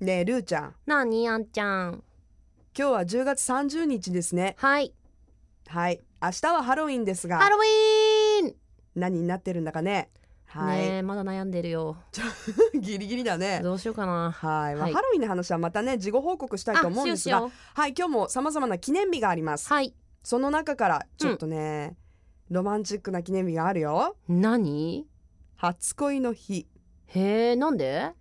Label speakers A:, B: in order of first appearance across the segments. A: ねえルーちゃん
B: なあにあんちゃん
A: 今日は10月30日ですね
B: はい
A: はい明日はハロウィンです
B: ハ
A: が
B: ロウィーン、
A: 何になってるんだかねはい、
B: ねえまだ悩んでるよ
A: ギリギリだね
B: どうしようかな
A: はい、まあ
B: はい
A: ハロウィンの話はまたね事後報告したいと思うんです
B: しよ
A: が
B: うしよ
A: はい今日も様々な記念日がありま
B: う
A: す
B: はい
A: その中からちょっとね、ロマンチックな記念日があるよ
B: 何
A: 初恋の日、
B: へえなんで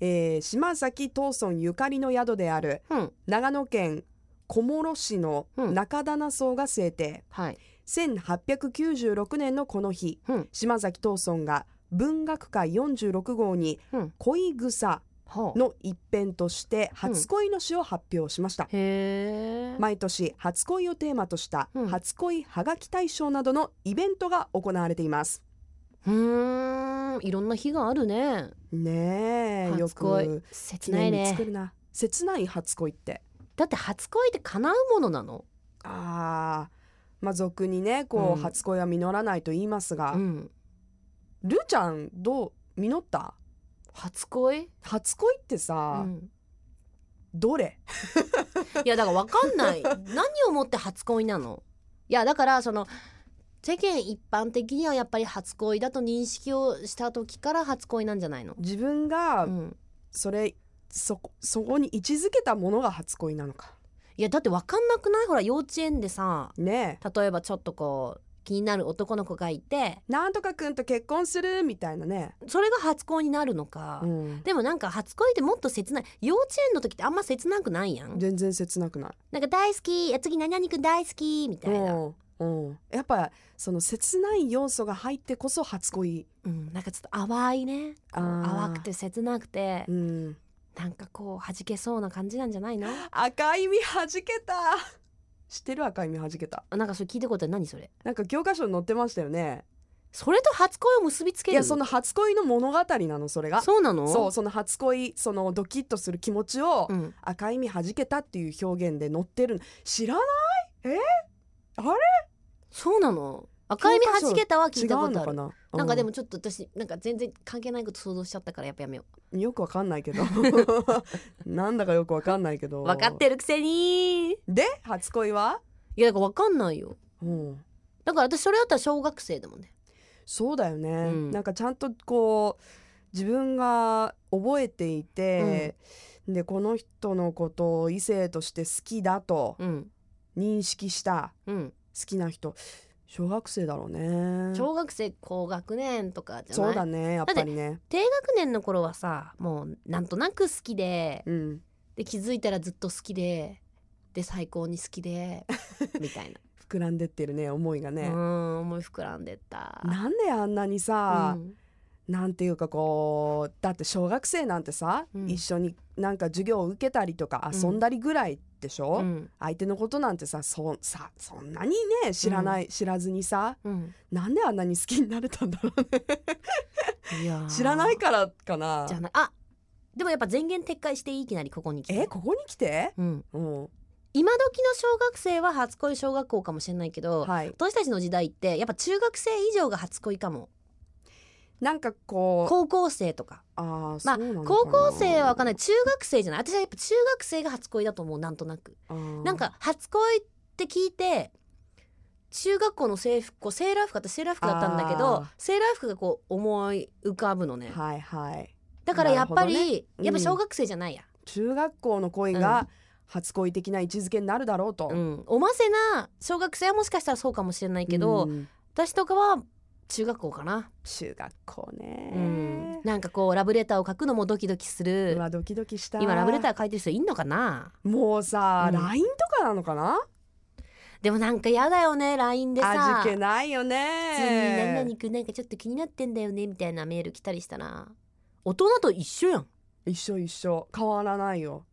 A: えー、島崎藤村ゆかりの宿である
B: うん
A: 長野県小諸市の中棚荘が制定、
B: はい
A: 1896年のこの日、
B: うん
A: 島崎藤村が文学界46号に
B: うん
A: 「恋草
B: は」あ
A: の一編として初恋の詩を発表しました、
B: へえ、
A: 毎年初恋をテーマとした
B: うん
A: 初恋はがき大賞などのイベントが行われています
B: うーんいろんな日があるね
A: ねえよ
B: 初恋
A: く
B: 切
A: 記
B: ない
A: 念日
B: ね
A: 作るな切ない初恋って
B: だって初恋って叶うものなの
A: あーまあ俗にねこう、
B: うん
A: 初恋は実らないと言いますが、
B: うん
A: ルーちゃんどう実った
B: 初恋、
A: 初恋って
B: う
A: さ、
B: ん、
A: どれ
B: いやだからわかんない何をもって初恋なのいやだからその世間一般的にはやっぱり初恋だと認識をした時から初恋なんじゃないの、
A: 自分が
B: うん、
A: それそこそこに位置づけたものが初恋なのか
B: いやだってわかんなくないほら幼稚園でさ
A: ね
B: 例えばちょっとこう気になる男の子がいて
A: えなんとかくんと結婚するみたいなね、
B: それが初恋になるのか、
A: うん、
B: でもなんか初恋ってもっと切ない幼稚園の時ってあんま切なくないやん
A: 全然切なくない
B: なんか大好きいや次何々くん大好きみたいな、
A: うんうん、やっぱその切ない要素が入ってこそ初恋
B: うん、なんかちょっと淡いね
A: あー
B: 淡くて切なくて
A: うん
B: なんかこう弾けそうな感じなんじゃないの
A: 赤い実はじけた知ってる赤い実はじけた
B: あなんかそれ聞いたことある何それ
A: なんか教科書に載ってましたよね
B: それと初恋を結びつけ
A: い
B: る
A: やその初恋の物語なのそれが
B: そうなの
A: そうその初恋そのドキッとする気持ちを、
B: うん、
A: 赤い実はじけたっていう表現で載ってる知らない
B: そうなの赤い実弾けたは聞
A: 違
B: いたこ
A: う
B: と
A: の
B: あ
A: か
B: る
A: な
B: なんかでも
A: う
B: ちょっと私なんか全然関係ないこと想像しちゃったからやっぱやめよ
A: んよくわかんないけど なんだかよくわかんないけど
B: う分かってるくせにい
A: で初恋は、
B: やだから分かんないよ
A: うん、
B: だから私それだったら小学生でもんね
A: そうだよね、
B: うん
A: なんかちゃんとこう自分が覚えていて、でこの人のことを異性として好きだと
B: うん
A: 認識した
B: うん
A: 好きな人小学生だろうね
B: 小学生高学年とかじゃな
A: そ
B: い
A: うだねやっぱりね
B: 低学年の頃はさもうなんとなく好きで
A: うん
B: で気づいたらずっと好きでで最高に好 きでみたいな
A: 膨らんでってるね思いが
B: う
A: ね、
B: ん思い膨らんでった
A: なんであんなにさ、
B: うん
A: なんていうかこうだって小学生なんてさ、
B: うん
A: 一緒になんか授業を受けたりとか
B: うん
A: 遊んだりぐらいでしょ、
B: うん
A: 相手のことなんてさそさそんなにね知らない、知らずにさ
B: うん
A: なんであんなに好きになれたんだろうね
B: いやー
A: 知らないからかな
B: じゃないあでもやっぱ全言撤回していいいきなりここに来て
A: えここに来て、
B: うん、
A: うん、
B: 今時の小学生は初恋小学校かもしれないけど、
A: はい
B: 私たちの時代ってやっぱ中学生以上が初恋かも
A: なんかこう
B: 高校生とか
A: あー
B: まあ
A: そうなのかな
B: 高校生は分かんない中学生じゃない私はやっぱ中学生が初恋だと思うなんとなく
A: あー
B: なんか初恋って聞いて中学校の制服セーラー服私セーラー服だったんだけ
A: あ
B: ど
A: ー
B: セーラー服がこう思い浮かぶのね
A: はいはい
B: だからやっぱり、
A: なるうん
B: やっぱ小学生じゃないや、
A: 中学校の恋が初恋的な位置づけになるだろうと、
B: うん、おませな小学生はもしかしたらそうかもしれないけど、
A: うん
B: 私とかは中学校かな、
A: 中学校ね、
B: うん、なんかこうラブレターを書くのもドキドキす
A: う
B: る
A: わドキドキした
B: 今ラブレター書いてる人いんのかな
A: もうさ、
B: うん
A: LINE とかなのかな
B: でもなんかやだよね LINE でさ
A: 味気ないよ
B: 普通に何
A: ね
B: 々くんなんかちょっと気になってんだよねみたいなメール来たりしたら大人と一緒やん
A: 一緒一緒変わらないよ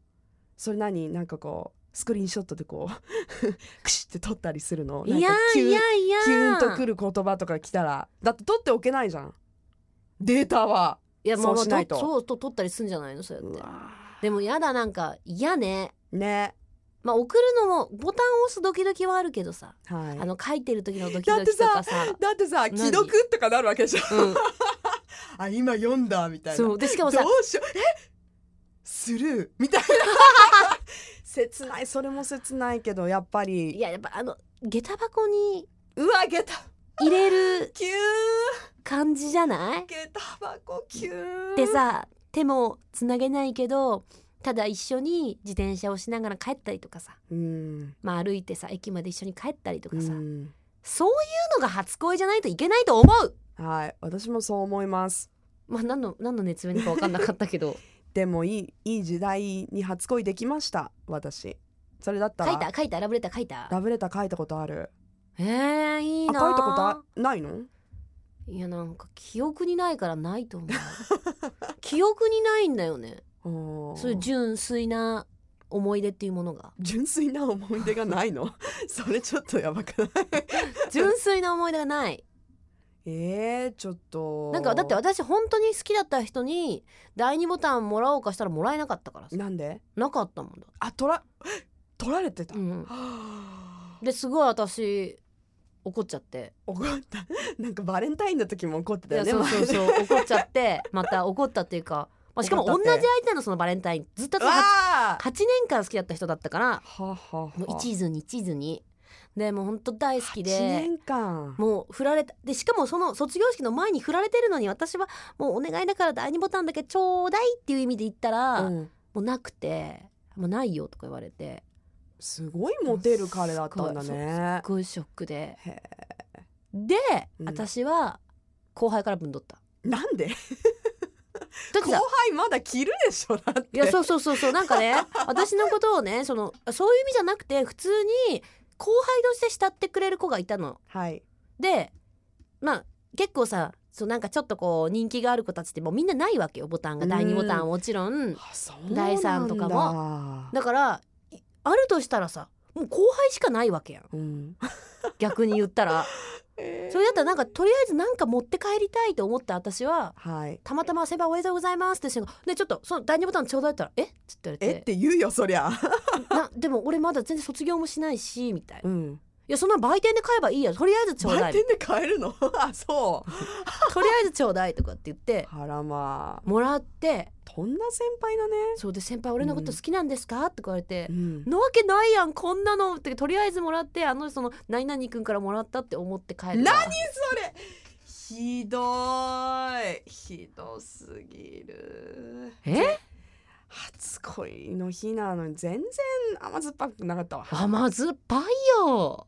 A: それ何なんかこうスクリーンショットでこう クシって撮ったりするの
B: いや
A: なんかキュ
B: い
A: ン
B: やいや
A: キュンとくる言葉とか来たらだって撮っておけないじゃんデータはい
B: やまあ
A: そうしないと
B: まあそうと取ったりすんじゃないのそうやっ
A: う
B: て
A: わ
B: でもやだなんか嫌ね
A: ね
B: まあ送るのもボタンを押すドキドキはあるけどさ
A: はい
B: あの書いてる時のドキドキとかさ
A: だってさ
B: 何
A: 既読とかなるわけじゃん
B: うん
A: あ今読んだみたいな
B: そうでしかもさ
A: どうしようえスルーみたいな切ないそれも切ないけどやっぱ
B: い
A: り
B: ややっぱあの下駄箱に
A: うわ下駄
B: 入れる
A: キュー
B: 感じじゃない
A: 下駄箱キュー
B: でさ手もつなげないけどただ一緒に自転車をしながら帰ったりとかさ、
A: うん
B: まあ、歩いてさ駅まで一緒に帰ったりと
A: う
B: かさ、
A: ん
B: そういうのが初恋じゃないといけないと思う
A: はい私もそう思います
B: まあ何の何の熱弁か分かんなかったけど
A: でもいいいい時代に初恋できました私それ だった
B: 書い
A: ら
B: た書いたラブレター書いた
A: ラブレター書いたことある
B: えー、いい
A: あ
B: な
A: 書いたことあないの
B: いやなんか記憶にないからないと思う 記憶にないんだよね
A: あー
B: そういう純粋な思い出っていうもの が
A: 純粋な思い出がないの それちょっとやばくない
B: 純粋な思い出がない
A: えー、ちょっと
B: なんかだって私本当に好きだった人に第二ボタンもらおうかしたらもらえなかったからさ
A: なんで
B: なかったもんだ、
A: あ取ら 取られてた、
B: うん、
A: はあ
B: ですごい私怒っちゃって
A: 怒った なんかバレンタインの時も怒って
B: い
A: たよ
B: や
A: ね
B: そうそ
A: 前
B: う
A: ね
B: そう怒っち ゃってまた怒ったっていうか、まあ、しかも
A: 怒
B: 同
A: っ
B: じ
A: たって
B: 相手のそのバレンタインずっと
A: うわ
B: 8
A: あ
B: 年間好きだった人だったから
A: はあはあはあ
B: もう一途に一途にでもう本当大好き
A: 8
B: で
A: 年間
B: もう振られたでしかもその卒業式の前に振られてるのに私はもうお願いだから第二ボタンだけちょうだいっていう意味で言ったら、も
A: ん、
B: うなくてもうないよとか言われて
A: すごいモテる彼だったんだ
B: すごい
A: ね
B: すごいショックで
A: へえ
B: で、
A: うん
B: 私は後輩からぶんどった
A: なんで
B: だって
A: 後
B: さ
A: 輩まだ着るでしょだって
B: いやそうそうそうそうなんかね私のことをねそのそういう意味じゃなくて普通に後輩として慕ってくれる子がいたの
A: はい
B: でまあ結構さそうなんかちょっとこう人気がある子たちってもうみんなないわけよボタンが第2ボタンはもちろん
A: あそうなんだ
B: 第三とかもだからいあるとしたらさもう後輩しかないわけやん
A: う ん、
B: 逆に言っ たらそれだったらなんかとりあえずなんか持って帰りたいと思った私は
A: はい
B: たまたま「先輩おめでとうございます」ってしてんのねちょっとその第2ボタンちょうだいって言ったら「えっ?」って言われて
A: えって言うよそりゃ
B: なでも俺まだ全然卒業もしないしみたいな「い
A: ん
B: やそんなの売店で買えばいいやとりあえずちょうだ
A: 売
B: い」
A: 店で買えるの あそう
B: とりあえずちょうだい」とかって 言って
A: あらまあ
B: もらって
A: とんな先輩だね
B: 「そうで先輩俺のこと好きなんですか?」って言われて
A: う。ん
B: なわけないやんこんなのってとりあえずもらってあのその何々君からもらったって思って帰る
A: 何それひどいひどすぎる
B: え
A: 初恋の日なのに全然甘酸っぱくなかったわ
B: 甘酸っぱいよ